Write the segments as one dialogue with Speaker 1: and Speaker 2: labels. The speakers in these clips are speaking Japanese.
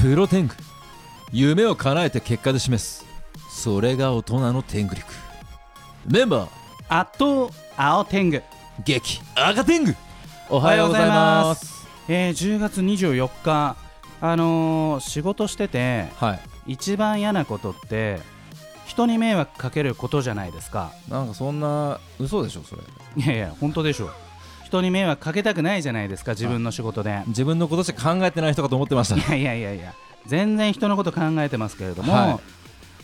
Speaker 1: プロ天狗夢を叶えて結果で示すそれが大人の天狗力メンバー
Speaker 2: あと青天狗
Speaker 1: 激赤天狗お
Speaker 2: お
Speaker 1: はようございます
Speaker 2: すえー、10月24日あのー、仕事してて
Speaker 1: はい
Speaker 2: 一番嫌なことって人に迷惑かけることじゃないですか
Speaker 1: なんかそんな嘘でしょそれ
Speaker 2: いやいや本当でしょ人に迷惑かけたくないじゃないですか自分の仕事で
Speaker 1: 自分のことしか考えてない人かと思ってました
Speaker 2: いやいやいやいや全然人のこと考えてますけれども、
Speaker 1: はい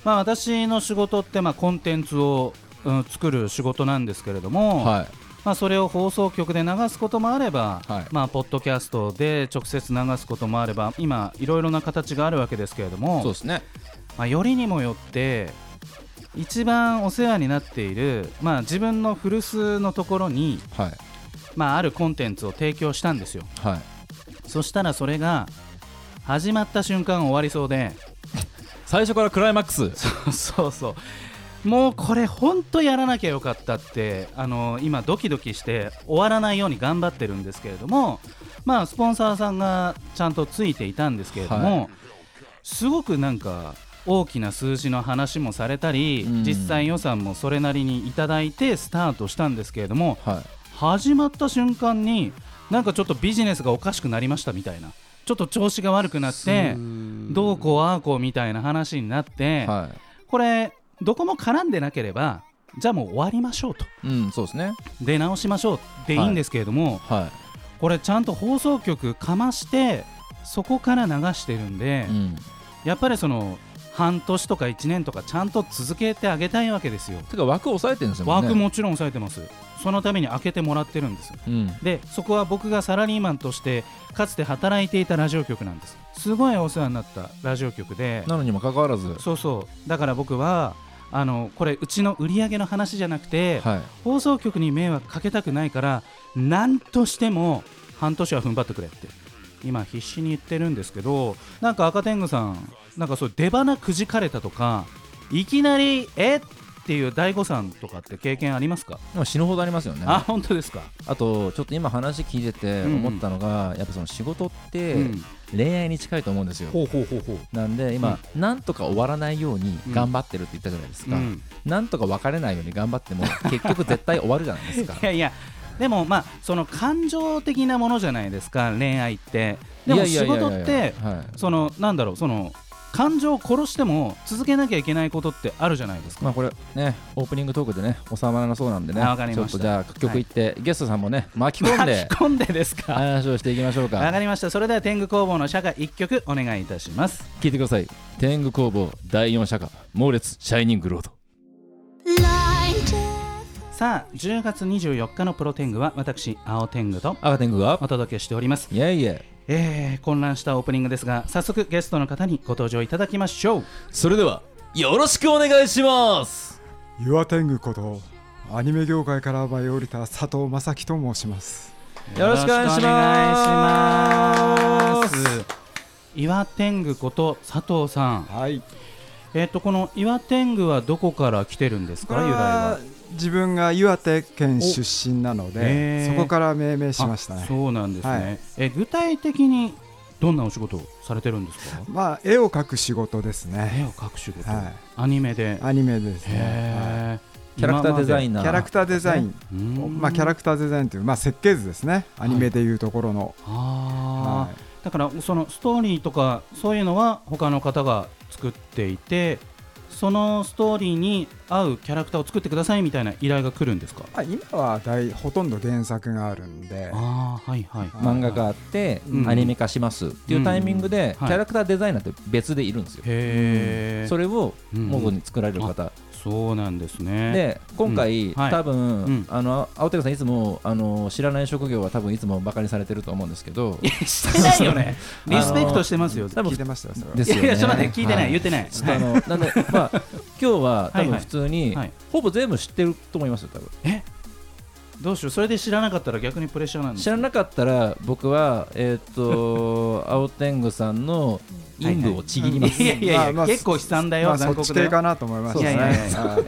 Speaker 2: まあ私の仕事ってまあコンテンツを、うん、作る仕事なんですけれども、
Speaker 1: は
Speaker 2: まあ、それを放送局で流すこともあれば、
Speaker 1: はい
Speaker 2: まあ、ポッドキャストで直接流すこともあれば今いろいろな形があるわけですけれど
Speaker 1: いそう
Speaker 2: も、
Speaker 1: ですね
Speaker 2: まあ、よりにもよって一番お世話になっている、まあ、自分の古巣のところに、
Speaker 1: はい
Speaker 2: まあ、あるコンテンツを提供したんですよ
Speaker 1: はい
Speaker 2: そしたらそれが始まった瞬間終わりそうで
Speaker 1: 最初からクライマックス
Speaker 2: そうそうもうこれ本当やらなきゃよかったってあの今ドキドキして終わらないように頑張ってるんですけれどもまあスポンサーさんがちゃんとついていたんですけれども、すごくなんか大きな数字の話もされたり、
Speaker 1: うん
Speaker 2: 実際予算もそれなりにいただいてスタートしたんですけれども
Speaker 1: は
Speaker 2: 始まった瞬間になんかちょっとビジネスがおかしくなりましたみたいなちょっと調子が悪くなってどうこうああこうみたいな話になって、
Speaker 1: いは
Speaker 2: これどこも絡んでなければじゃあもう終わりましょうと
Speaker 1: いうんそうですね
Speaker 2: 出直しましょうでいいんですけれども、
Speaker 1: は
Speaker 2: これちゃんと放送局かましてそこから流してるんで
Speaker 1: い、うん
Speaker 2: やっぱりその半年とか1年とかちゃんと続けてあげたいわけですよ。
Speaker 1: てか枠を抑えてるんですよね
Speaker 2: 枠もちろん抑えてますそのために開けてもらってるんです
Speaker 1: うん
Speaker 2: でそこは僕がサラリーマンとしてかつて働いていたラジオ局なんですすごいお世話になったラジオ局で
Speaker 1: なのにもかかわらずは
Speaker 2: そうそうだから僕はあのこれうちの売り上げの話じゃなくて、
Speaker 1: い
Speaker 2: 放送局に迷惑かけたくないから何としても半年は踏ん張ってくれって今必死に言ってるんですけどなんか赤天狗さんなんかそう出花くじかれたとかいきなりえっていう大悟さんとかって経験ありますか、
Speaker 1: でも死ぬほどありますよね
Speaker 2: あ本当ですか、
Speaker 1: あとちょっと今話聞いてて思ったのが、やっぱその仕事って
Speaker 2: うん
Speaker 1: 恋愛に近いと思うんですよ、
Speaker 2: ほうほうほうほう
Speaker 1: なんで今、なんとか終わらないように頑張ってるって言ったじゃないですか、
Speaker 2: うん
Speaker 1: なんとか別れないように頑張 っても結局絶対終わるじゃないですか
Speaker 2: いやいやでもまあその感情的なものじゃないですか恋愛って
Speaker 1: い
Speaker 2: でも
Speaker 1: やいや
Speaker 2: 仕
Speaker 1: いやい
Speaker 2: 事
Speaker 1: や
Speaker 2: って
Speaker 1: は
Speaker 2: そのなんだろうその感情を殺しても続けなきゃいけないことってあるじゃないです
Speaker 1: い
Speaker 2: か
Speaker 1: まあこれねオープニングトークでね収まらなそうなんでね
Speaker 2: あわかりました
Speaker 1: ちょっとじゃあ曲いって、ゲストさんもね巻き込ん で
Speaker 2: 巻き込んでですか
Speaker 1: 話をしていきましょう
Speaker 2: わか
Speaker 1: か
Speaker 2: りましたそれでは天狗工房の社歌1曲お願いいたします
Speaker 1: 聞いてください天狗工房第4社歌猛烈シャイニングロード
Speaker 2: さあ10月24日のプロ天狗は私青天狗と
Speaker 1: 赤天狗が
Speaker 2: お届けしております
Speaker 1: いやいや
Speaker 2: えー、混乱したオープニングですが早速ゲストの方にご登場いただきましょう
Speaker 1: それではよろしくお願いします
Speaker 3: 岩天狗ことアニメ業界から舞い降りた佐藤正樹と申します
Speaker 1: よろしくお願いします
Speaker 2: よろしくお願いします岩天狗こと佐藤さん
Speaker 3: はい
Speaker 2: えっ、とこの岩天狗はどこから来てるんですか由来は
Speaker 3: 自分が岩手県出身なの
Speaker 2: おへ
Speaker 3: で
Speaker 2: ー
Speaker 3: そこから命名しました
Speaker 2: あ
Speaker 3: ね
Speaker 2: そうなんですね、
Speaker 3: はい
Speaker 2: え具体的にどんなお仕事をされてるんですか
Speaker 3: まあ絵を描く仕事です
Speaker 2: 絵
Speaker 3: ね
Speaker 2: を描く仕事、
Speaker 3: はい
Speaker 2: アニメで、
Speaker 3: アニメですね
Speaker 2: へー
Speaker 1: キャラクターデザイ
Speaker 2: ン
Speaker 1: ン
Speaker 3: はい
Speaker 1: ナー
Speaker 3: キャラクターデザインまあキャラ
Speaker 2: ク
Speaker 3: クターデザインというまあ設計図ですねアニメでいうところの
Speaker 2: ターあー、
Speaker 3: はい
Speaker 2: だからそのストーリーとかそういうのは他の方が作っていてそのストーリーに合うキャラクターを作ってくださいみたいな依頼が来るんですか
Speaker 3: まあ今は大ほとんど原作があるんで
Speaker 2: ああはいはい
Speaker 3: はい
Speaker 1: 漫画があって、
Speaker 2: うん
Speaker 1: アニメ化しますっていうタイミングで、
Speaker 2: うんはい
Speaker 1: キャラクターデザイナーって別でいるんですよ。
Speaker 2: へえ
Speaker 1: そ
Speaker 2: れ
Speaker 1: れを
Speaker 2: うん
Speaker 1: 元に作られる方、
Speaker 2: そうなんですね
Speaker 1: で今回、
Speaker 2: うんはい
Speaker 1: 多分、
Speaker 2: うん
Speaker 1: あの青天狗さんいつもあの知らない職業は多分いつもバカにされてると思うんですけど
Speaker 2: いや してないよねリスペクトしてますよ
Speaker 1: 多分
Speaker 3: 聞いてましたよそれは
Speaker 1: ですよ
Speaker 2: い
Speaker 1: ね
Speaker 2: やいやちょっと待って聞いてない、
Speaker 1: は
Speaker 2: 言ってない
Speaker 1: ちょっとあのなんでまあ今日は多
Speaker 2: はいは
Speaker 1: 分
Speaker 2: い
Speaker 1: 普通に、
Speaker 2: はい
Speaker 1: ほぼ全部知ってると思いますよ多分
Speaker 2: どうしようそれで知らなかったら逆にプレッシャーなんで
Speaker 1: 知らなかったら僕はえーっと青天狗さんの
Speaker 4: 陰部をちぎります、
Speaker 2: いやいやいや
Speaker 3: まあまあ
Speaker 2: 結構悲惨だよ
Speaker 3: まあ、そ
Speaker 2: 残
Speaker 3: っち
Speaker 2: 酷だ
Speaker 3: 系
Speaker 2: よ
Speaker 3: かなと思いましたね。
Speaker 2: いやいやいや
Speaker 3: は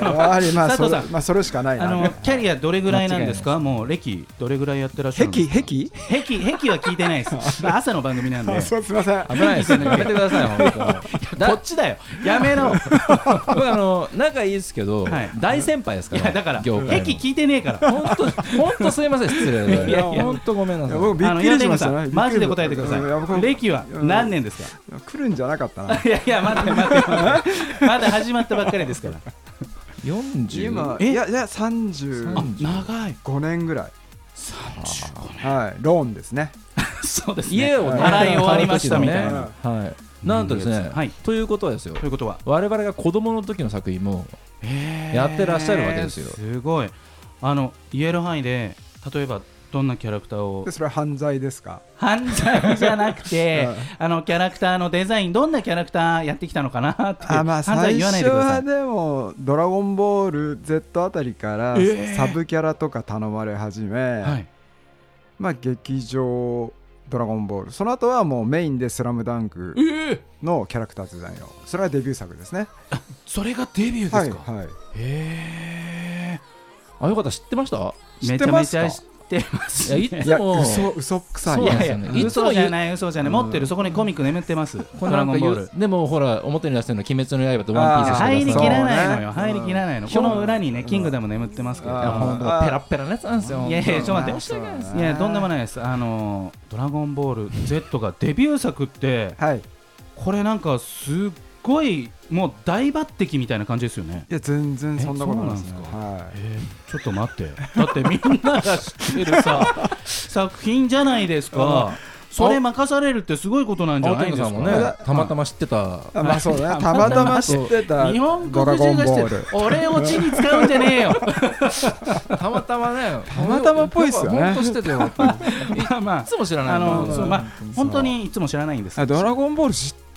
Speaker 3: いやはりまあ
Speaker 2: 佐
Speaker 3: そ
Speaker 2: 藤
Speaker 3: れ
Speaker 2: さん
Speaker 3: まあそれしかない
Speaker 2: あ
Speaker 3: な。
Speaker 2: のキャリアどれぐらいなんですか、もう歴、どれぐらいやってらっしゃるんですか、
Speaker 1: 壁
Speaker 2: 壁壁は聞いてないです、まあ朝の番組なんで、
Speaker 3: あそうすみません。
Speaker 1: 危ない ですね。やめてく ださい、本当。
Speaker 2: こ
Speaker 1: だ
Speaker 2: っちだよ、やめろ、
Speaker 1: 僕あの仲いいですけど
Speaker 2: はい、
Speaker 1: 大先輩です
Speaker 2: い
Speaker 1: か
Speaker 2: や
Speaker 1: ら。
Speaker 2: だから、壁
Speaker 1: 業界の。
Speaker 2: 聞いてねえから、
Speaker 1: 本当本当すいません失礼
Speaker 3: いやいや
Speaker 1: 本当ごめんないさ
Speaker 3: や
Speaker 1: い。
Speaker 3: 僕びっ
Speaker 2: あの
Speaker 3: くりしました
Speaker 2: 岩
Speaker 3: ね。
Speaker 2: 谷マジで答えてくだ
Speaker 3: いや僕
Speaker 2: さい、歴は何年ですか、
Speaker 3: 来るんじゃなかったな。
Speaker 2: いやいや、待って待って待って、まだ始まったばっかりですから、
Speaker 1: 四十
Speaker 3: 今い
Speaker 2: え
Speaker 3: やいや三十
Speaker 1: あ
Speaker 2: 長い、
Speaker 3: 五年ぐらい。はいローンですね。
Speaker 2: そうですね、
Speaker 1: 家をね
Speaker 2: 洗い終わりましたみたい
Speaker 3: な
Speaker 1: 買う時のねはい。なんとですね、
Speaker 2: はい
Speaker 1: ということはですよ
Speaker 2: ということは、
Speaker 1: 我々が子供の時の作品もやってらっしゃるわけですよ
Speaker 2: すごい、あの言える範囲で、例えば、どんなキャラクターを
Speaker 3: で。それは犯罪ですか。
Speaker 2: 犯罪じゃなくて
Speaker 3: うん、
Speaker 2: あのキャラクターのデザイン、どんなキャラクターやってきたのかなって、
Speaker 3: あまあ
Speaker 2: 犯罪
Speaker 3: 最
Speaker 2: 言わない
Speaker 3: 初
Speaker 2: でくださ。
Speaker 3: はいでも「ドラゴンボール Z」あたりから
Speaker 2: えー
Speaker 3: サブキャラとか頼まれ始め、
Speaker 2: はい、
Speaker 3: まあ劇場「ドラゴンボール」その後はもうメインで「スラムダンクのキャラクターデザインをそれはデビュー作ですね
Speaker 2: それがデビュ
Speaker 3: はい、はい、
Speaker 2: へ
Speaker 1: あよかった知ってました
Speaker 2: え。
Speaker 3: 知っ
Speaker 2: めち
Speaker 3: て
Speaker 2: ゃめ
Speaker 3: ます
Speaker 2: ち
Speaker 3: か
Speaker 2: ゃ知ってます
Speaker 1: いや
Speaker 2: ね。
Speaker 1: い
Speaker 3: い
Speaker 1: つ
Speaker 3: や
Speaker 1: も
Speaker 3: 嘘嘘くさい
Speaker 1: そう
Speaker 2: い
Speaker 1: なんで
Speaker 2: やい
Speaker 1: す
Speaker 2: や
Speaker 1: よね、いつ
Speaker 2: 嘘
Speaker 1: も
Speaker 2: じゃ
Speaker 1: 言う
Speaker 2: ない、嘘じゃない、持ってる、そこにコミック眠ってます。
Speaker 1: こ
Speaker 2: ド
Speaker 1: のな
Speaker 2: ラ
Speaker 1: ん
Speaker 2: ゴ
Speaker 1: か
Speaker 2: ンボ
Speaker 1: 言
Speaker 2: ー
Speaker 1: う
Speaker 2: ル。
Speaker 1: でもほら表に出してるの「鬼滅の刃」と「ワンピースしてください
Speaker 2: 入
Speaker 3: あー
Speaker 2: りきらないのよ、
Speaker 3: そうね
Speaker 2: 入りきらないの。
Speaker 3: うん
Speaker 2: この裏にね、キングダム眠ってますけど。
Speaker 1: いやほんと
Speaker 3: あー
Speaker 1: ペラッペラなやつなんですよ
Speaker 2: いやいや、ちょっと待って。
Speaker 3: そうだね
Speaker 2: いや、とんでもないです。あの、ドラゴンボール Z がデビュー作って、
Speaker 3: はい
Speaker 2: これなんかすっごいもう大抜擢みたいな感じですよね
Speaker 3: いや全然そんなことないです
Speaker 2: え
Speaker 3: ね
Speaker 2: そうなんですか
Speaker 3: はい
Speaker 2: えー、ちょっと待ってだってみんなが知ってる さ作品じゃないですかそれ任されるってすごいことなんじゃ
Speaker 1: 青
Speaker 2: ない
Speaker 1: 天
Speaker 2: で
Speaker 1: 狗さ
Speaker 2: すか
Speaker 1: んもねたまたま知ってた
Speaker 3: あまあそうね
Speaker 2: あ
Speaker 3: たまたま知ってた「
Speaker 2: 日本
Speaker 3: ド
Speaker 2: 国
Speaker 3: ラゴ
Speaker 2: 中が
Speaker 3: ンボ
Speaker 2: し
Speaker 3: ー
Speaker 2: て
Speaker 3: ル
Speaker 2: 俺を地に使うんじゃねえよ
Speaker 1: たまたまね
Speaker 3: たまたまっぽいっすよね
Speaker 1: ほんと知ってたよい
Speaker 2: まあま
Speaker 1: つも知ら
Speaker 2: あ
Speaker 1: ない
Speaker 2: あの
Speaker 1: うん
Speaker 2: そうまあ本当にいつも知らないんで」す
Speaker 3: あドラゴンボール知って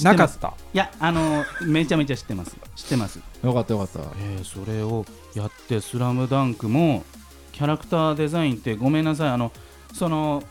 Speaker 3: なかった
Speaker 2: いやあのめちゃめちゃ知ってます知ってます
Speaker 1: よかったよかった
Speaker 2: えーそれをやって「スラムダンクもキャラクターデザインってごめんなさいあのその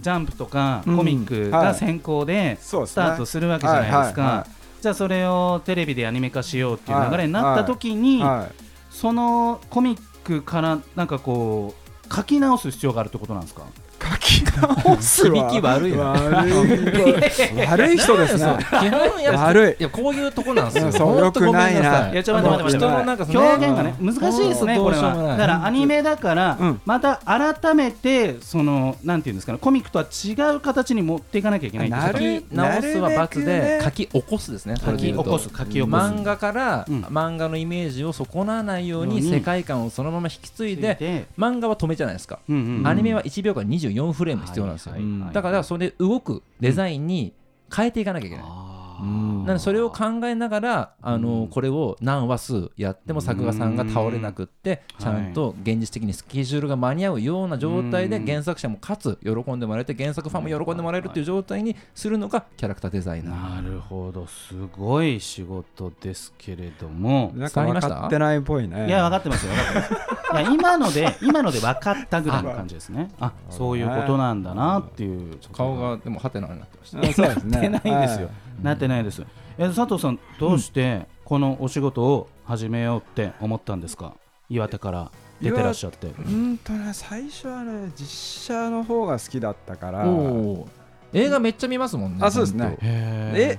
Speaker 2: ジャンプとか
Speaker 3: うん
Speaker 2: コミック
Speaker 3: は
Speaker 2: が
Speaker 3: い
Speaker 2: 先行で
Speaker 3: そうですね
Speaker 2: スタートするわけじゃないです
Speaker 3: はいはいは
Speaker 2: かじゃあそれをテレビでアニメ化しようっていう流れになった時
Speaker 3: い
Speaker 2: に
Speaker 3: はい
Speaker 2: そのコミックからなんかこう書き直す必要があるってことなんですか
Speaker 3: 書き直すわ
Speaker 1: 響き悪いな
Speaker 3: 悪い悪い人ですね
Speaker 1: 基本やっぱ
Speaker 3: 悪い
Speaker 1: いやこういうとこなんですよ
Speaker 3: そう
Speaker 1: ほんとごめんさ
Speaker 3: よくないない
Speaker 2: やちょっと待って待って
Speaker 1: 人のなんかその
Speaker 2: 表現がね難しいですね
Speaker 1: うん
Speaker 2: これ
Speaker 1: どう
Speaker 2: は
Speaker 1: しようもな
Speaker 2: だ
Speaker 1: い
Speaker 2: からアニメだから
Speaker 3: うん
Speaker 2: また改めてそのなんていうんですかねコミックとは違う形に持っていかなきゃいけないんです
Speaker 3: な
Speaker 2: よ
Speaker 1: 書
Speaker 3: る
Speaker 1: き直すは罰
Speaker 3: なるべ
Speaker 1: で
Speaker 3: くね
Speaker 1: 書き起こすですねそ
Speaker 2: 書
Speaker 1: れで
Speaker 2: き
Speaker 1: 言う
Speaker 2: 起
Speaker 1: と
Speaker 2: こす書き起こす
Speaker 1: 漫画から
Speaker 2: うん
Speaker 1: 漫画のイメージを損なわないように
Speaker 2: うん
Speaker 1: 世界観をそのまま引き継いで
Speaker 2: で
Speaker 1: 漫画は止めじゃないですか
Speaker 2: うんうんうん
Speaker 1: アニメは1秒間24フレーム必要なんですよ
Speaker 2: はいはいはい
Speaker 1: だからそれで動くデザインに変えていかなきゃいけない
Speaker 2: あ
Speaker 3: うん
Speaker 2: ー
Speaker 1: なんでそれを考えながらあのこれを何話数やっても作画さんが倒れなくって
Speaker 2: うん
Speaker 1: ちゃんと現実的にスケジュールが間に合うような状態で
Speaker 2: うん
Speaker 1: 原作者もかつ喜んでもらえて原作ファンも喜んでもらえるっていう状態にするのがキャラクターデザイナー。
Speaker 2: なるほどすごい仕事ですけれども
Speaker 3: なんか分かってないっぽいね
Speaker 2: いや分かってますよ分かってますいや今ので 今ので分かったぐらいの感じですねあそういうことなんだなっていう
Speaker 1: 顔がでもハテナになってました。
Speaker 3: あそうですね
Speaker 2: なってないですよ、
Speaker 3: は
Speaker 2: なってないですえ佐藤さんどうしてこのお仕事を始めようって思ったんですか岩手から出てらっしゃって
Speaker 3: うんとね最初はね実写の方が好きだったから
Speaker 1: おー映画めっちゃ見ますもんね。
Speaker 3: あそうですねえ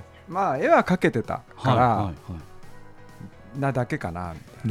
Speaker 2: え
Speaker 3: まあ絵は描けてたか
Speaker 2: は
Speaker 3: ら
Speaker 2: いは
Speaker 3: なだけかなみ
Speaker 2: い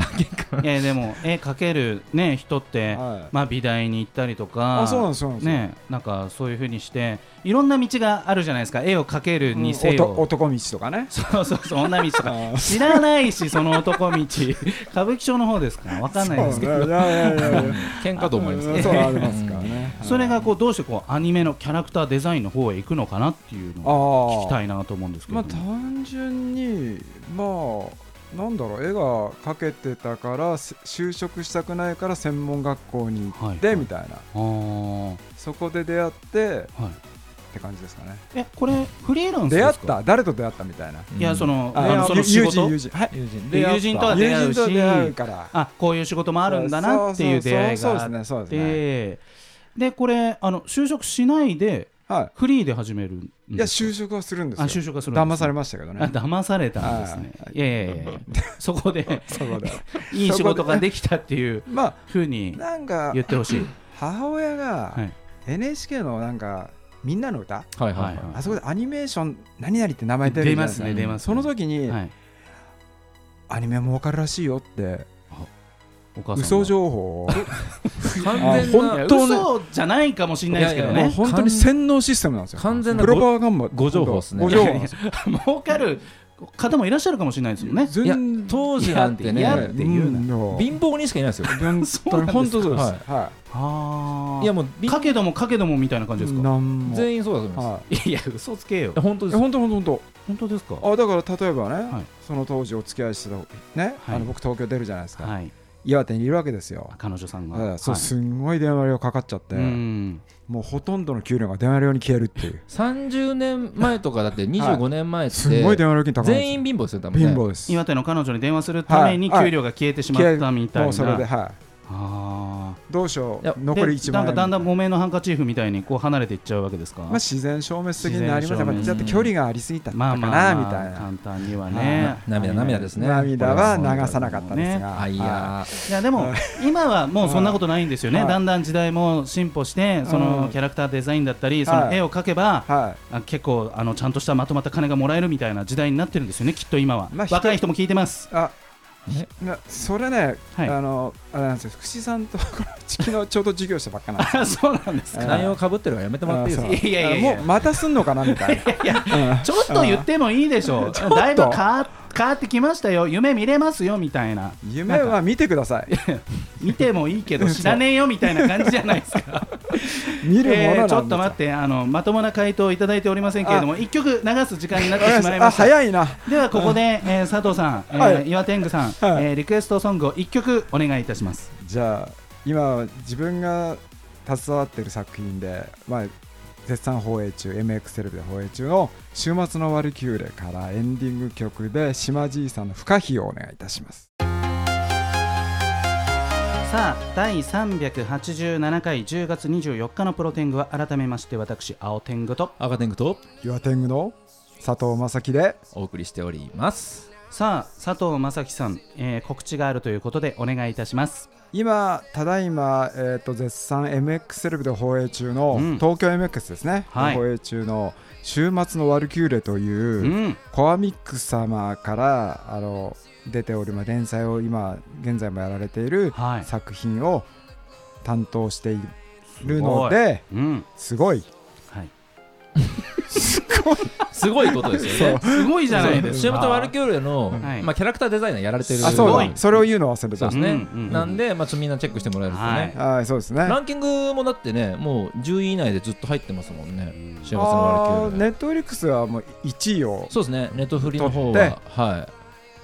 Speaker 2: はい、えでも絵描ける、ね、人って、
Speaker 3: はい
Speaker 2: まあ、美大に行ったりと
Speaker 3: たいな
Speaker 2: か
Speaker 3: あそうなんですそうなんです
Speaker 2: ね、なんかそういうふうにしていろんな道があるじゃないですか絵を描ける
Speaker 3: うん
Speaker 2: にせよ、
Speaker 3: 男男道と かね
Speaker 2: そうそうそう女道とか
Speaker 3: あ
Speaker 2: 知らないしその男道 歌舞伎町の方ですからわかんないですけど
Speaker 3: そうねいやいやい やいや
Speaker 1: 喧嘩と思います
Speaker 3: うん そうありますからね
Speaker 2: それがこうどうしてこうアニメのキャラクターデザインの方へ行くのかなっていうのを
Speaker 3: 聞
Speaker 2: 聞きたいなと思うんですけ
Speaker 3: ま
Speaker 2: れ
Speaker 3: あ
Speaker 2: ども、
Speaker 3: 単純にまあなんだろう絵が描けてたからせ就職したくないから専門学校に行って、
Speaker 2: はい
Speaker 3: みたいな
Speaker 2: あー
Speaker 3: そこで出会って
Speaker 2: はい、
Speaker 3: って感じですかね
Speaker 2: えこれフリーランス
Speaker 3: 出
Speaker 2: で
Speaker 3: 会っ
Speaker 2: すか
Speaker 3: た誰と出会ったみたいな
Speaker 2: たいやその
Speaker 3: あ
Speaker 2: あのその
Speaker 3: ゆ
Speaker 2: 仕
Speaker 3: 友人
Speaker 2: 事
Speaker 3: 友人はい
Speaker 1: 友人
Speaker 2: で友人とは出会
Speaker 3: 友
Speaker 2: う
Speaker 3: 人と出会う
Speaker 2: し
Speaker 3: から
Speaker 2: あこういう仕事もあるんだなっていう出会いがあって
Speaker 3: そうそうそうそうですねそうですね
Speaker 2: でこれあの就職しないで
Speaker 3: は
Speaker 2: フリーで始めるん
Speaker 3: い、いや
Speaker 2: ですか
Speaker 3: 就職はするんで
Speaker 2: あ
Speaker 3: す
Speaker 2: 就
Speaker 3: よ
Speaker 2: 職はするんで
Speaker 3: 騙
Speaker 2: す
Speaker 3: されましたけど
Speaker 2: あ
Speaker 3: ね
Speaker 2: 騙されたんですね。いやいや いやいや、そこで
Speaker 3: そこで
Speaker 2: いい仕事ができたっていう
Speaker 3: まあ
Speaker 2: ふうに
Speaker 3: なんか
Speaker 2: 言ってほしい。
Speaker 3: 母親が
Speaker 2: はい
Speaker 3: NHK のなんか「みんなの歌、
Speaker 1: はいはい
Speaker 2: はい
Speaker 3: あそこでアニメーション何々って名前出る
Speaker 2: 出
Speaker 3: じゃない
Speaker 2: ま
Speaker 3: です
Speaker 2: す
Speaker 3: か
Speaker 2: ね、出ますね。
Speaker 3: その時に、
Speaker 2: はい、
Speaker 3: アニメもわかるらしいよって
Speaker 2: お母さんが
Speaker 3: 嘘情報を
Speaker 1: 完全
Speaker 2: い
Speaker 1: な
Speaker 2: や
Speaker 3: 当ね
Speaker 2: 嘘じゃないかもしれないですけど
Speaker 1: いやいや
Speaker 3: もう
Speaker 2: ね。
Speaker 3: 本当に洗脳システムなんですよ
Speaker 1: 完全な
Speaker 3: プロパガンバ
Speaker 1: ご情報っすね
Speaker 3: ご情報なんですよ
Speaker 2: 儲かる方もいらっしゃるかもしれないですよね。
Speaker 1: いや
Speaker 3: 全然
Speaker 1: 当時なんてね
Speaker 2: いやって言うな
Speaker 3: な
Speaker 1: 貧乏人しかいないですよ
Speaker 2: そうなんですか
Speaker 3: 本当そうです
Speaker 1: は
Speaker 3: はい
Speaker 2: あ
Speaker 1: いやもう
Speaker 2: あ。
Speaker 1: 貧
Speaker 2: かけどもかけどもみたいな感じですか。
Speaker 3: なんも
Speaker 1: 全員そうだと思います
Speaker 3: はい
Speaker 2: いや、嘘つけよ
Speaker 1: いや。本当
Speaker 3: い
Speaker 1: で
Speaker 3: や
Speaker 1: す
Speaker 3: 本当本当本
Speaker 2: 本当ですか。
Speaker 3: 当あだから例えばね、
Speaker 2: はい
Speaker 3: その当時お付き合いしてたね、
Speaker 2: はい
Speaker 3: あの僕東京出るじゃないですか、
Speaker 2: はい。
Speaker 3: 岩手にいるわけですよ、
Speaker 2: 彼女さんが。
Speaker 3: はいそう
Speaker 2: はい
Speaker 3: すんごい電話料かかっちゃって、
Speaker 2: うん。
Speaker 3: もうほとんどの給料が電話料に消えるっていう
Speaker 1: 30年前とかだって25年前っ
Speaker 3: すんごい
Speaker 1: て
Speaker 3: 電話料金高いんですよ
Speaker 1: 全員貧乏ですよ多分ね
Speaker 3: 貧乏です
Speaker 2: 岩手の彼女に電話するために
Speaker 3: はい
Speaker 2: 給料が消えてしまったみたいな。
Speaker 3: もうそれではい
Speaker 2: ああ。
Speaker 3: どうしよ
Speaker 1: いや
Speaker 3: う残り
Speaker 2: で
Speaker 3: 1
Speaker 2: なん
Speaker 3: 万
Speaker 2: か
Speaker 3: 円
Speaker 2: だんだん木綿のハンカチーフみたいにこう離れていっちゃうわけですか。
Speaker 3: まあ、自然消滅的になりました
Speaker 2: 自然消滅
Speaker 3: だって距離がありすぎたの
Speaker 2: まあ
Speaker 3: か
Speaker 2: まあ
Speaker 3: なみ
Speaker 2: まあ
Speaker 3: たいな
Speaker 2: 簡単にはね。
Speaker 1: 涙涙ですね
Speaker 3: 涙は流さなかったですが
Speaker 1: あい
Speaker 3: は
Speaker 1: や
Speaker 2: いやでも今はもうそんなことないんですよね、
Speaker 3: はい
Speaker 2: だんだん時代も進歩して、そのキャラクターデザインだったり、その絵を描けば、
Speaker 3: いは
Speaker 2: あ結構あのちゃんとしたまとまった金がもらえるみたいな時代になってるんですよね、きっと今は。
Speaker 3: まあ人
Speaker 2: 若い人も聞いてます。
Speaker 3: いあなそれね、
Speaker 2: はい
Speaker 3: あのあれなんですよ福士さんとこの昨日ちょうど授業したばっかなんですよ
Speaker 2: あ そうなんです
Speaker 3: え
Speaker 2: か。
Speaker 3: ー
Speaker 1: 内容かぶってるからやめてもらっていいです
Speaker 3: あ
Speaker 1: か
Speaker 3: そう
Speaker 2: いやいやいや
Speaker 3: あもうまたすんのかなみたい
Speaker 2: いや
Speaker 3: な、うん
Speaker 2: ちょっと言ってもいいでしょう。 だいぶ変わ変わってきましたよ、夢見れますよみたいな。
Speaker 3: 夢は見てください
Speaker 2: 見てもいいけど知らねえよみたいな感じじゃないですか。
Speaker 3: 見るものなん
Speaker 2: え
Speaker 3: だ
Speaker 2: ーちょっと待ってあのまともな回答をいただいておりませんけれども一曲流す時間になってしまい
Speaker 3: あ
Speaker 2: ました。
Speaker 3: 早いな
Speaker 2: ではここで、えー佐藤さん、えー
Speaker 3: はい
Speaker 2: 岩天狗さん、
Speaker 3: はい
Speaker 2: えーリクエストソングを一曲お願いいたします。
Speaker 3: じゃあ今自分が携わってる作品で、まあ、絶賛放映中 MX テレビで放映中の「週末のワルキューレ」からエンディング曲で島じいさんの「不可避」をお願いいたします
Speaker 2: さあ第387回10月24日のプロ天狗は改めまして私青天狗と
Speaker 1: 赤天狗と
Speaker 3: 岩天狗の佐藤正樹で
Speaker 1: お送りしております
Speaker 2: さあ佐藤正樹さん、えー告知があるということでお願いいたします。
Speaker 3: 今ただいま、えー、と絶賛 MX テレビで放映中の、
Speaker 2: うん
Speaker 3: 東京 MX ですね、
Speaker 2: はい
Speaker 3: 放映中の「週末のワルキューレ」という、
Speaker 2: うん、
Speaker 3: コアミックス様からあの出ております連載を今現在もやられている
Speaker 2: はい
Speaker 3: 作品を担当しているので
Speaker 2: うん、
Speaker 3: すごい
Speaker 2: はい。
Speaker 1: すごいこと ですよね
Speaker 2: すごいじゃないですか。
Speaker 1: シェムとワルキューレの、
Speaker 2: はい
Speaker 1: まあ、キャラクターデザイナーやられてる
Speaker 3: あ
Speaker 2: すごい
Speaker 3: そうだそれを言うの忘れ
Speaker 1: そう
Speaker 3: た
Speaker 1: ですね、
Speaker 2: うんうん
Speaker 1: なんで、まあ、ちょっとみんなチェックしてもらえるとね、
Speaker 2: はい
Speaker 3: はいそうですね
Speaker 1: ランキングもだってねもう10位以内でずっと入ってますもんね
Speaker 2: ん
Speaker 1: 幸せのワルキューレ、
Speaker 3: ネットフリックスはもう1位を
Speaker 1: そうですねネットフリの方
Speaker 3: 取っ
Speaker 1: はは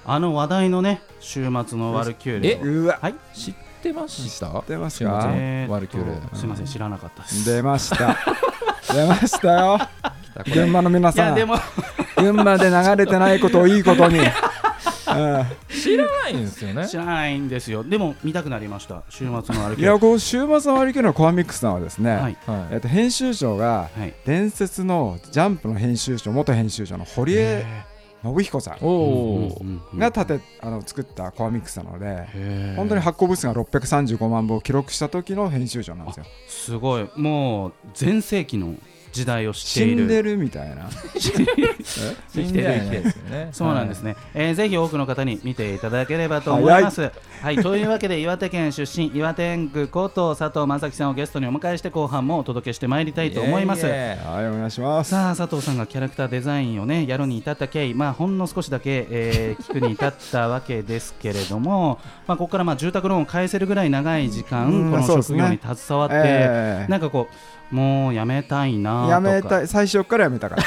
Speaker 2: あの話題のね週末のワルキューレを。
Speaker 3: うわ
Speaker 2: はい。
Speaker 1: い知ってました
Speaker 3: 知ってます
Speaker 1: 知ら
Speaker 3: か
Speaker 1: ない
Speaker 2: えーっと
Speaker 1: ワルキューレ
Speaker 2: すみません知らなかったです。
Speaker 3: 出ました出ましたよ群馬の皆
Speaker 2: いや
Speaker 3: さ
Speaker 2: で
Speaker 3: ん
Speaker 2: も
Speaker 3: 群馬で流れてないことをい いことにうん
Speaker 1: 知らないんですよね
Speaker 2: 知らないんですよ。でも見たくなりました。週末の歩
Speaker 3: い
Speaker 2: き。
Speaker 3: やこう週末の割り切りのコアミックスさんはですね、
Speaker 2: はい。
Speaker 1: は
Speaker 3: えっと、編集長が
Speaker 2: はい。
Speaker 3: 伝説のジャンプの編集長元編集長の堀江信彦さ
Speaker 1: いお
Speaker 3: ん
Speaker 1: お
Speaker 3: が立てあの作ったコアミックスなので
Speaker 2: へー
Speaker 3: 本当に発行部数が635万部を記録した時の編集長なんですよ
Speaker 2: すごいもう全盛期の時代を知っ
Speaker 3: 死
Speaker 2: てい
Speaker 3: んで
Speaker 2: る。
Speaker 3: るみたいな
Speaker 2: 生きてる
Speaker 3: え
Speaker 2: 生きてる
Speaker 1: ですよね
Speaker 2: そうなんですね、えーぜひ多くの方に見ていただければと思
Speaker 3: 早
Speaker 2: い
Speaker 3: い
Speaker 2: ます。はい、というわけで岩手県出身岩手県区こと佐藤正樹さんをゲストにお迎えして後半もお届けしてまいりたいと思います。
Speaker 1: ええ
Speaker 3: はいお願いします
Speaker 2: さあ佐藤さんがキャラクターデザインをねやるに至った経緯、まあ、ほんの少しだけ、え ー聞くに至ったわけですけれども、まあ、ここからまあ住宅ローンを返せるぐらい長い時間、
Speaker 3: うん
Speaker 2: この
Speaker 3: そうです
Speaker 2: 職
Speaker 3: ね
Speaker 2: 業に携わって、
Speaker 3: ええ
Speaker 2: なんかこうもうやめたいなとか
Speaker 3: やめ た
Speaker 2: い
Speaker 3: い最初からやめたから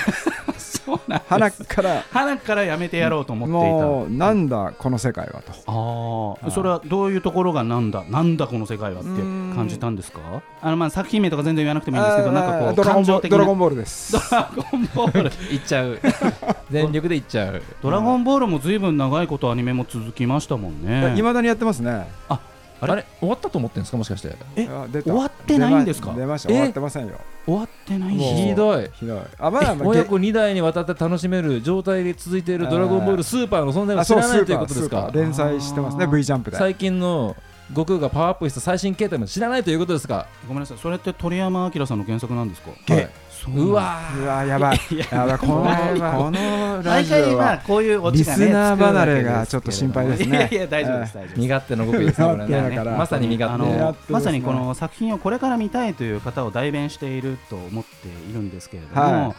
Speaker 2: そうなんです
Speaker 3: 鼻から
Speaker 2: 花からやめてやろうと思っていた。
Speaker 3: もうなんだこの世界はと
Speaker 2: ああ、それはどういうところがなんだ、なんだこの世界はって感じたんですか。あのまあ作品名とか全然言わなくてもいいんですけど、なんか
Speaker 3: あ
Speaker 2: こ
Speaker 3: ー
Speaker 2: う
Speaker 3: ドラゴ
Speaker 2: 感
Speaker 3: ンボ
Speaker 2: 情
Speaker 3: ール
Speaker 2: 的
Speaker 3: ド
Speaker 2: な
Speaker 3: ラゴンボー ルです
Speaker 2: ドラゴンボール。
Speaker 1: いっちゃう全力でいっちゃう
Speaker 2: ドラゴンボールもずいぶん長いことアニメも続きましたもんね。
Speaker 3: いまだにやってますね
Speaker 1: あれ終わったと思ってんですかもしかして
Speaker 2: え
Speaker 3: あ出た
Speaker 2: 終わってないんですか
Speaker 3: 出ました
Speaker 1: え
Speaker 3: 終わってませんよ
Speaker 2: 終わってない
Speaker 3: もう
Speaker 2: し
Speaker 1: ひどい
Speaker 3: ひどいあまあまあ
Speaker 1: 親子2代にわたって楽しめるげ状態で続いている「ドラゴンボール」スーパーの存在
Speaker 3: げ
Speaker 1: を
Speaker 3: あ
Speaker 1: 知
Speaker 3: そう
Speaker 1: らない
Speaker 3: ス
Speaker 1: という
Speaker 3: ーパ
Speaker 1: こ
Speaker 3: ー
Speaker 1: と
Speaker 3: ス
Speaker 1: です
Speaker 3: ーパ
Speaker 1: か
Speaker 3: ー連載してますね
Speaker 2: あー
Speaker 3: V ジャンプで
Speaker 1: 最近の悟空がパワーアップした最新形態も知らないということですか、
Speaker 2: ごめんなさいそれって鳥山明さんの原作なんですか
Speaker 3: げ
Speaker 1: はい
Speaker 2: そう
Speaker 1: う
Speaker 2: わ
Speaker 1: わ
Speaker 3: うわやば いやばいこのこのラ
Speaker 2: 毎
Speaker 3: ジオ
Speaker 2: 回まあ
Speaker 3: は
Speaker 2: こういうオチ
Speaker 3: リ
Speaker 2: が
Speaker 3: ス
Speaker 2: ね
Speaker 3: ナー離れがちょっと
Speaker 2: つく
Speaker 3: 心配
Speaker 2: わ
Speaker 3: で
Speaker 2: け
Speaker 3: す
Speaker 2: すけれども
Speaker 3: ね
Speaker 2: いやいや大丈夫です大丈夫
Speaker 1: ー
Speaker 2: です
Speaker 1: 身勝手の極意ですねこれ
Speaker 3: いやだ
Speaker 1: ね
Speaker 3: から
Speaker 1: まさに身
Speaker 2: あ
Speaker 1: 勝手
Speaker 3: やっ
Speaker 2: の
Speaker 3: とですね
Speaker 2: まさにこの作品をこれから見たいという方を代弁していると思っているんですけれども、
Speaker 3: はい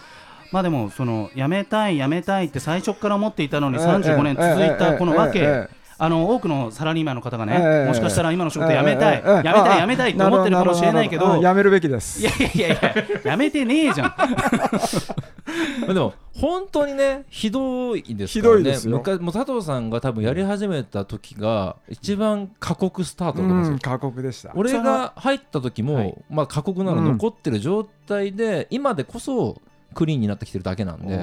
Speaker 2: まあでもそのやめたいやめたいって最初から思っていたのに
Speaker 3: ええ
Speaker 2: 35年続いたこのわけ、
Speaker 3: ええええ
Speaker 2: あの多くのサラリーマンの方がね、
Speaker 3: ええええ
Speaker 2: もしかしたら今の仕事やめたい、
Speaker 3: ええええ
Speaker 2: やめたいやめたいって思ってるかもしれないけど
Speaker 3: うんやめるべきです
Speaker 2: いやいやいややめてねえじゃん
Speaker 1: まあでも本当にねひどいです
Speaker 3: ひ
Speaker 1: から
Speaker 3: どい
Speaker 1: ね
Speaker 3: ですよ
Speaker 1: 昔もう佐藤さんが多分やり始めた時が一番過酷スタートだと思うんです
Speaker 3: う
Speaker 1: よ
Speaker 3: ん過酷でした
Speaker 1: 俺が入った時も、
Speaker 2: はい
Speaker 1: まあ過酷なの
Speaker 3: うん
Speaker 1: 残ってる状態で、今でこそクリーンになってきてるだけなんで、
Speaker 2: お
Speaker 3: う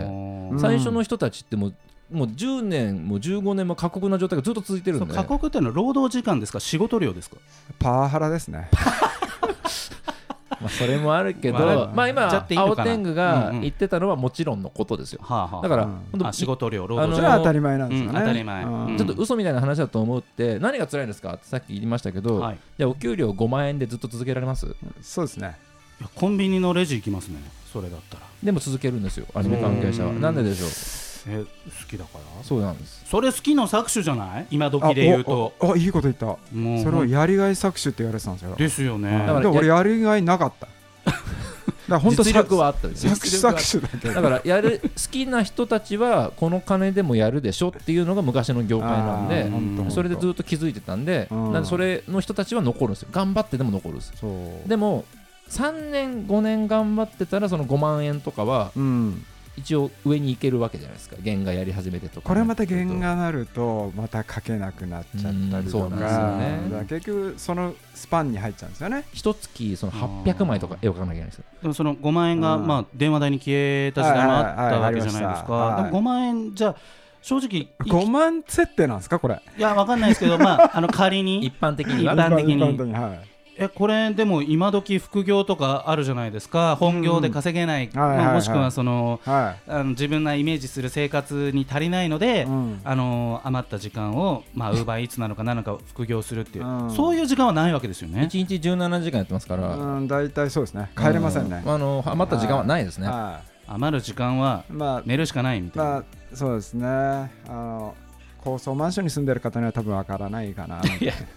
Speaker 2: ー
Speaker 3: ん
Speaker 1: 最初の人たちってもうもう10年もう15年も過酷な状態がずっと続いてる
Speaker 2: そうん
Speaker 1: で
Speaker 2: 過酷っていうのは労働時間ですか仕事量ですか
Speaker 3: パワハラですね
Speaker 1: まあ、それもあるけど、
Speaker 2: ま
Speaker 1: ま
Speaker 2: あ
Speaker 1: あ、
Speaker 2: じゃっていい
Speaker 1: 今
Speaker 2: の
Speaker 1: 青
Speaker 2: かな
Speaker 1: 天狗が
Speaker 2: うんうん
Speaker 1: 言ってたのはもちろんのことですよ、
Speaker 2: はあはあ
Speaker 1: だから、
Speaker 3: うん
Speaker 1: 本当
Speaker 2: あ仕事量労
Speaker 1: あの
Speaker 2: 働時
Speaker 3: そ
Speaker 2: 間
Speaker 3: れは当たり前なんですよね、
Speaker 2: うん当たり前
Speaker 3: うん
Speaker 2: うん
Speaker 1: ちょっと嘘みたいな話だと思って何が辛いですかってさっき言いましたけど、
Speaker 2: はい、い
Speaker 1: じゃあお給料5万円でずっと続けられます
Speaker 3: そうですね
Speaker 2: やコンビニのレジ行きますねそれだったら
Speaker 1: でも続けるんですよアニメ関係者は
Speaker 2: うん
Speaker 1: なんででしょう
Speaker 2: え好きだから
Speaker 1: そうなんです
Speaker 2: それ好きの搾取じゃない今時で言うと
Speaker 3: あおおあいいこと言った
Speaker 2: もう
Speaker 3: それをやりがい搾取って言われてたんですよ
Speaker 2: ですよね
Speaker 3: だ
Speaker 1: か
Speaker 3: からら俺やりがいなか っただから本当
Speaker 1: 実力はあったんです
Speaker 3: 搾
Speaker 1: よ
Speaker 3: 取搾取だけど
Speaker 1: だからやる好きな人たちはこの金でもやるでしょっていうのが昔の業界なん
Speaker 3: あー
Speaker 1: で
Speaker 3: ほんとほんと
Speaker 1: それでずっと気づいてたんで
Speaker 3: うん
Speaker 1: なんでそれの人たちは残るんですよ頑張ってでも残るんですよ
Speaker 3: そう
Speaker 1: でも3年5年頑張ってたらその5万円とかは
Speaker 3: うん
Speaker 1: 一応上に行けるわけじゃないですか原画やり始めてとか
Speaker 3: これまた原画なるとまた書けなくなっちゃったりとか,、
Speaker 1: うんそうなんですよね
Speaker 3: だから結局そのスパンに入っちゃうんですよね
Speaker 1: 一月その800枚とか絵を描かなきゃいけないんですよ
Speaker 2: でもその5万円が、
Speaker 3: うん
Speaker 2: まあ、電話代に消えた時代もあったわけじゃないですか、
Speaker 3: はいはいはいはいありました
Speaker 2: でも5万円じゃあ正直い
Speaker 3: 5万設定なんですかこれ
Speaker 2: いやわかんないですけど、まあ、あの 仮に
Speaker 1: 一般的に
Speaker 2: 一
Speaker 1: は
Speaker 2: 般的に
Speaker 3: 一般的にはい
Speaker 2: えこれでも今時副業とかあるじゃないですか本業で稼げない、
Speaker 3: うんはいはいはい
Speaker 2: まあもしくはその
Speaker 3: は
Speaker 2: あの自分がイメージする生活に足りないので、
Speaker 3: い、うん
Speaker 2: あの余った時間を、まあ、ウーバーイーツなのか何なのか副業するっていう、
Speaker 3: うん
Speaker 2: そういう時間はないわけですよね。
Speaker 1: 1日17時間やってますから
Speaker 3: うん、大体そうですね帰れませんね
Speaker 1: う、あの余った時間はないですね
Speaker 3: は、
Speaker 2: 余る時間はい
Speaker 3: まあ
Speaker 2: 寝るしかないみたいな、
Speaker 3: まあそうですねあの高層マンションに住んでる方には多分わからないかな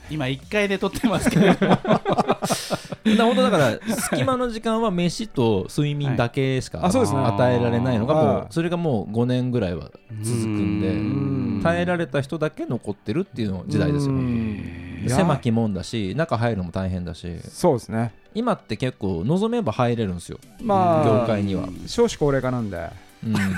Speaker 2: 今1階で撮ってますけど
Speaker 1: だから本当だから隙間の時間は飯と睡眠だけしか
Speaker 3: はいあそうですね
Speaker 1: 与えられないのがも
Speaker 3: は
Speaker 1: う
Speaker 3: い
Speaker 1: それがもう5年ぐらいは続くん
Speaker 3: ん
Speaker 1: で耐えられた人だけ残ってるっていう の時代ですよ
Speaker 3: うんいや
Speaker 1: 狭き門だし中入るのも大変だし
Speaker 3: そうですね
Speaker 1: 今って結構望めば入れるんですよ
Speaker 3: まあ
Speaker 1: 業界には、
Speaker 3: 少子高齢化なんで
Speaker 1: うん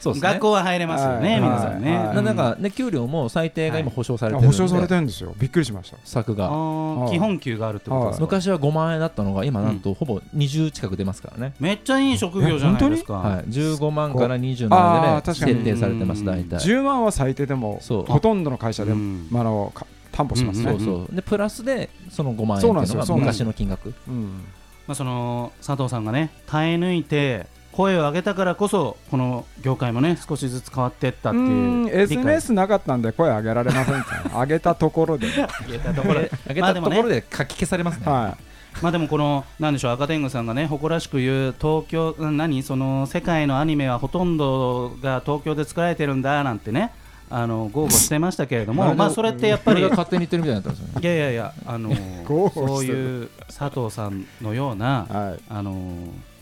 Speaker 1: そうですね
Speaker 2: 学校は入れますよね、
Speaker 3: はい
Speaker 2: 皆さんね、
Speaker 3: はい
Speaker 1: ななんかね給料も最低が今保証されてるんで
Speaker 3: 保証されてるんですよびっくりしました
Speaker 1: 柵
Speaker 2: あ
Speaker 1: が
Speaker 2: ー
Speaker 3: はい
Speaker 2: 基本給があるってことですか、
Speaker 1: 昔は5万円だったのが今なんとほぼ20近く出ますからね
Speaker 2: めっちゃいい職業じゃないですか、
Speaker 1: はい、15万から20
Speaker 3: あ
Speaker 1: ま
Speaker 3: ー
Speaker 1: でね
Speaker 3: 確かに
Speaker 1: 設定されてます大体
Speaker 3: 10万は最低でも
Speaker 1: そう
Speaker 3: ほとんどの会社で
Speaker 2: うん
Speaker 3: まああのか担保します
Speaker 1: そ
Speaker 3: ね
Speaker 1: うそうでプラスでその5万円
Speaker 3: そうなんで
Speaker 1: って
Speaker 3: す
Speaker 1: いう
Speaker 3: よ
Speaker 1: のが昔の金額
Speaker 3: うん
Speaker 2: まあ、その佐藤さんがね耐え抜いて声を上げたからこそこの業界もね少しずつ変わっていったっていううん理解
Speaker 3: SNS なかったんで声上げられませんか ら上げたところで
Speaker 2: 言えたところで
Speaker 1: 上げ
Speaker 2: まあ
Speaker 1: た
Speaker 2: で
Speaker 1: と
Speaker 2: も
Speaker 1: こ
Speaker 2: ね
Speaker 1: ろで書き消されますね、
Speaker 3: は
Speaker 2: まあでもこのなんでしょう赤天狗さんがね誇らしく言う東京うん何その世界のアニメはほとんどが東京で作られてるんだなんてねあの豪語してましたけれどもまあそれってやっぱり
Speaker 1: 俺が
Speaker 2: い
Speaker 1: 勝手に言ってるみたいになったんですよね
Speaker 2: やいやいやあの
Speaker 3: 豪
Speaker 2: そ
Speaker 3: 語
Speaker 2: う
Speaker 3: してる
Speaker 2: いう佐藤さんのよう
Speaker 3: い
Speaker 2: な
Speaker 3: はい
Speaker 2: あの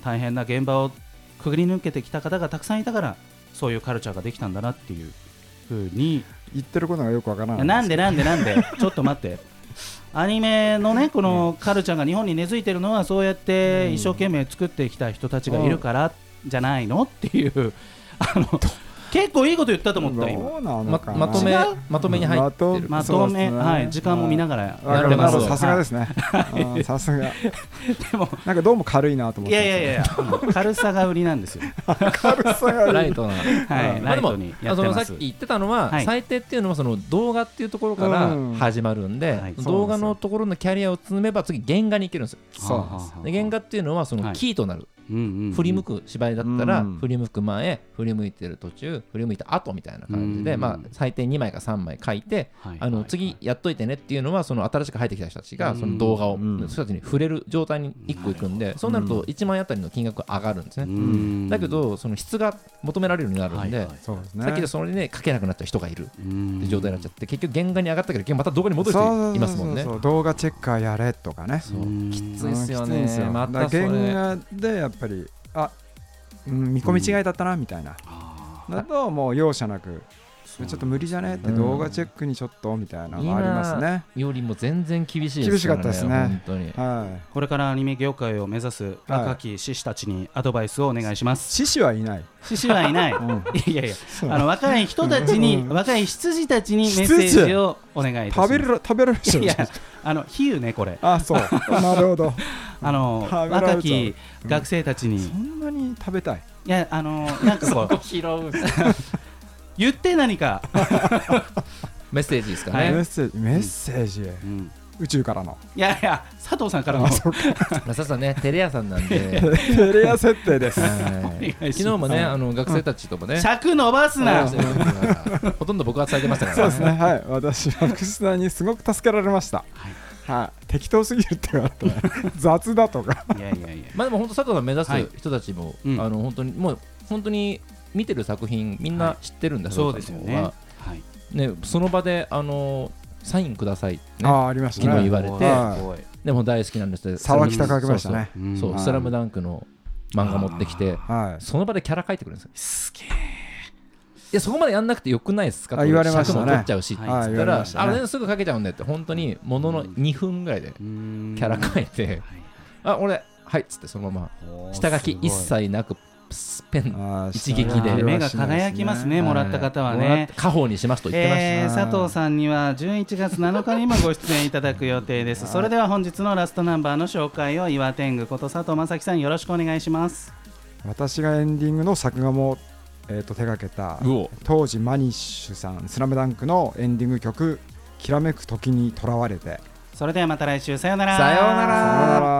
Speaker 2: 大変な現場をくぐり抜けてきた方がたくさんいたからそういうカルチャーができたんだなっていうふうに
Speaker 3: 言ってることがよくわからない
Speaker 2: なんでなんでなんで ちょっと待ってアニメのねこのカルチャーが日本に根付いてるのはそうやって一生懸命作ってきた人たちがいるからじゃないのっていうあの結構いいこと言ったと思った今
Speaker 3: どうなの
Speaker 1: ま
Speaker 3: かな
Speaker 1: まとめ
Speaker 2: 違う
Speaker 1: まとめに入ってる、
Speaker 2: ま
Speaker 3: そ
Speaker 2: と
Speaker 3: うで
Speaker 2: め、
Speaker 3: すね
Speaker 2: はい、時間も見ながらや
Speaker 3: わか
Speaker 1: やっ
Speaker 3: る
Speaker 1: て
Speaker 3: な
Speaker 1: ま
Speaker 3: る
Speaker 1: す
Speaker 3: ほどさすがですねうんさすが
Speaker 2: でも
Speaker 3: なんかどうも軽いなと思っ
Speaker 2: い
Speaker 3: て
Speaker 2: やいやいやい やあの軽さが売りなんですよ
Speaker 3: 軽さが
Speaker 1: ラ
Speaker 3: い
Speaker 1: イ
Speaker 3: い
Speaker 1: トな。
Speaker 2: はい
Speaker 1: まあ
Speaker 2: ラ
Speaker 1: で
Speaker 2: イ
Speaker 1: も
Speaker 2: トにやって
Speaker 1: あの
Speaker 2: ま
Speaker 1: さ
Speaker 2: す
Speaker 1: っき言ってたのは、
Speaker 2: はい
Speaker 1: 最低っていうのはその動画っていうところか
Speaker 3: うん
Speaker 1: ら始まるんで、
Speaker 2: はい
Speaker 1: 動画のところのキャリアを積めば次原画に行けるんですよ。
Speaker 3: そうなんです
Speaker 1: で原画っていうのはそ
Speaker 2: は
Speaker 1: の
Speaker 2: い
Speaker 1: キーとなる、振
Speaker 2: 振
Speaker 1: り向く芝居だったら、
Speaker 3: うん
Speaker 1: 振り向く前振り向いてる途中振り向いた後みたいな感じで、
Speaker 2: うん
Speaker 1: まあ、最低2枚か3枚書いて、あの次やっといてねっていうのはその新しく入ってきた人たちがその動画を、
Speaker 3: うん
Speaker 1: 人たちに触れる状態に1個いくんで、そうなると1万円あたりの金額が上がるんですね。だけどその質が求められるようになるんで、
Speaker 3: そうですね
Speaker 1: さっきでそれで、ね、書けなくなった人がいるって状態になっちゃ
Speaker 2: ゃ
Speaker 1: って、結局原画に上がったけどまた動画に戻る
Speaker 3: そうそうそ
Speaker 1: 人
Speaker 3: うそう
Speaker 1: いますもんね。
Speaker 3: そう動画チェッカーやれとかね
Speaker 1: そうきつい
Speaker 3: うん
Speaker 1: っすよ
Speaker 3: きついん
Speaker 1: ね
Speaker 3: ですよ
Speaker 1: ま
Speaker 3: だ
Speaker 1: たそ
Speaker 3: から
Speaker 1: れ
Speaker 3: 原画でやっぱりあ、うん、見込み違いだったなみたいな、だともう容赦なくちょっと無理じゃねって
Speaker 1: うん
Speaker 3: 動画チェックにちょっとみたいなのありますね、
Speaker 1: よりも全然厳しい
Speaker 3: 厳しかったですね
Speaker 1: 本当に
Speaker 3: はい
Speaker 2: これからアニメ業界を目指す若き獅子たちにアドバイスをお願いし ます
Speaker 3: 獅子はいない、
Speaker 2: 獅子はいない
Speaker 3: うん
Speaker 2: いやいや
Speaker 3: そう
Speaker 2: あの若い人たち
Speaker 3: う
Speaker 2: に
Speaker 3: ん
Speaker 2: 若い羊たちにメッセージをお願いいたします
Speaker 3: 食べる食べられる人
Speaker 2: いやいやあの比喩ねこれ
Speaker 3: あそう なるほど
Speaker 2: あの
Speaker 3: 食べられちゃう
Speaker 2: 若き学生たちに、
Speaker 3: そんなに食べたい
Speaker 2: いやあのなんかこう 言って何か、
Speaker 1: メッセージですか
Speaker 3: メ
Speaker 1: ね、
Speaker 3: ッセージメッセージ宇宙からの
Speaker 2: いやいや佐藤さんからの
Speaker 3: あそう
Speaker 1: まあさっさんね テレ屋さんなんで
Speaker 3: テレア設定です
Speaker 1: はい
Speaker 2: お願いします
Speaker 1: 昨日もねあの学生たちともね
Speaker 2: 尺伸ばすな
Speaker 1: 話してる時はほとんど僕は伝えてましたか
Speaker 3: そう
Speaker 1: ら
Speaker 3: ですね、はい、私は福士さんにすごく助けられました。はい、適当すぎるって言われて、雑だとか。
Speaker 2: いやいやいや
Speaker 1: まあでも本当佐藤さん目指
Speaker 2: はい
Speaker 1: す人たちもあ
Speaker 2: うん
Speaker 1: の本当にもう本当に見てる作品みんな知ってるんだ
Speaker 2: そうですよね
Speaker 1: 佐藤さんは
Speaker 2: はい
Speaker 1: ね、その場で、あのサインください、
Speaker 3: あ
Speaker 1: ね、
Speaker 3: あ、ありました
Speaker 1: 昨日
Speaker 3: ね
Speaker 1: 言。われて、
Speaker 3: はい
Speaker 2: おい
Speaker 1: でも大好きなんですって
Speaker 3: 沢北が書きましたね。
Speaker 2: うん
Speaker 1: そうそう
Speaker 3: はい
Speaker 1: スラムダンクの漫画持ってきて、
Speaker 3: はい。
Speaker 1: その場でキャラ書いてくるんですよ。
Speaker 2: すげえ
Speaker 1: いや、そこまでやんなくてよくないですか
Speaker 3: あ言われました
Speaker 1: 尺
Speaker 3: ね
Speaker 1: も取っちゃうしって言
Speaker 3: はい
Speaker 1: っ
Speaker 3: 言
Speaker 1: た
Speaker 3: われ
Speaker 1: ら、
Speaker 3: ましたね
Speaker 1: あれすぐ書けちゃうんだよって、本当にものの2分ぐらいで
Speaker 2: キ
Speaker 1: キャ
Speaker 2: ャ
Speaker 1: ラ書いて、あ、俺、はいっつって、そのまま、下書き一切なく、スペン、
Speaker 3: あー
Speaker 1: 一撃で
Speaker 3: あー
Speaker 2: 目が輝きますねもらった方はね
Speaker 1: もらって家宝にしますと言ってました。
Speaker 2: えー佐藤さんには11月7日に今ご出演いただく予定ですそれでは本日のラストナンバーの紹介を岩天狗こと佐藤正樹さんよろしくお願いします
Speaker 3: 私がエンディングの作画も、えー、と手掛けた
Speaker 1: うお
Speaker 3: 当時マニッシュさん「スラムダンクのエンディング曲「きらめく時にとらわれて
Speaker 2: それではまた来週さようなら
Speaker 1: さようなら
Speaker 3: さよなら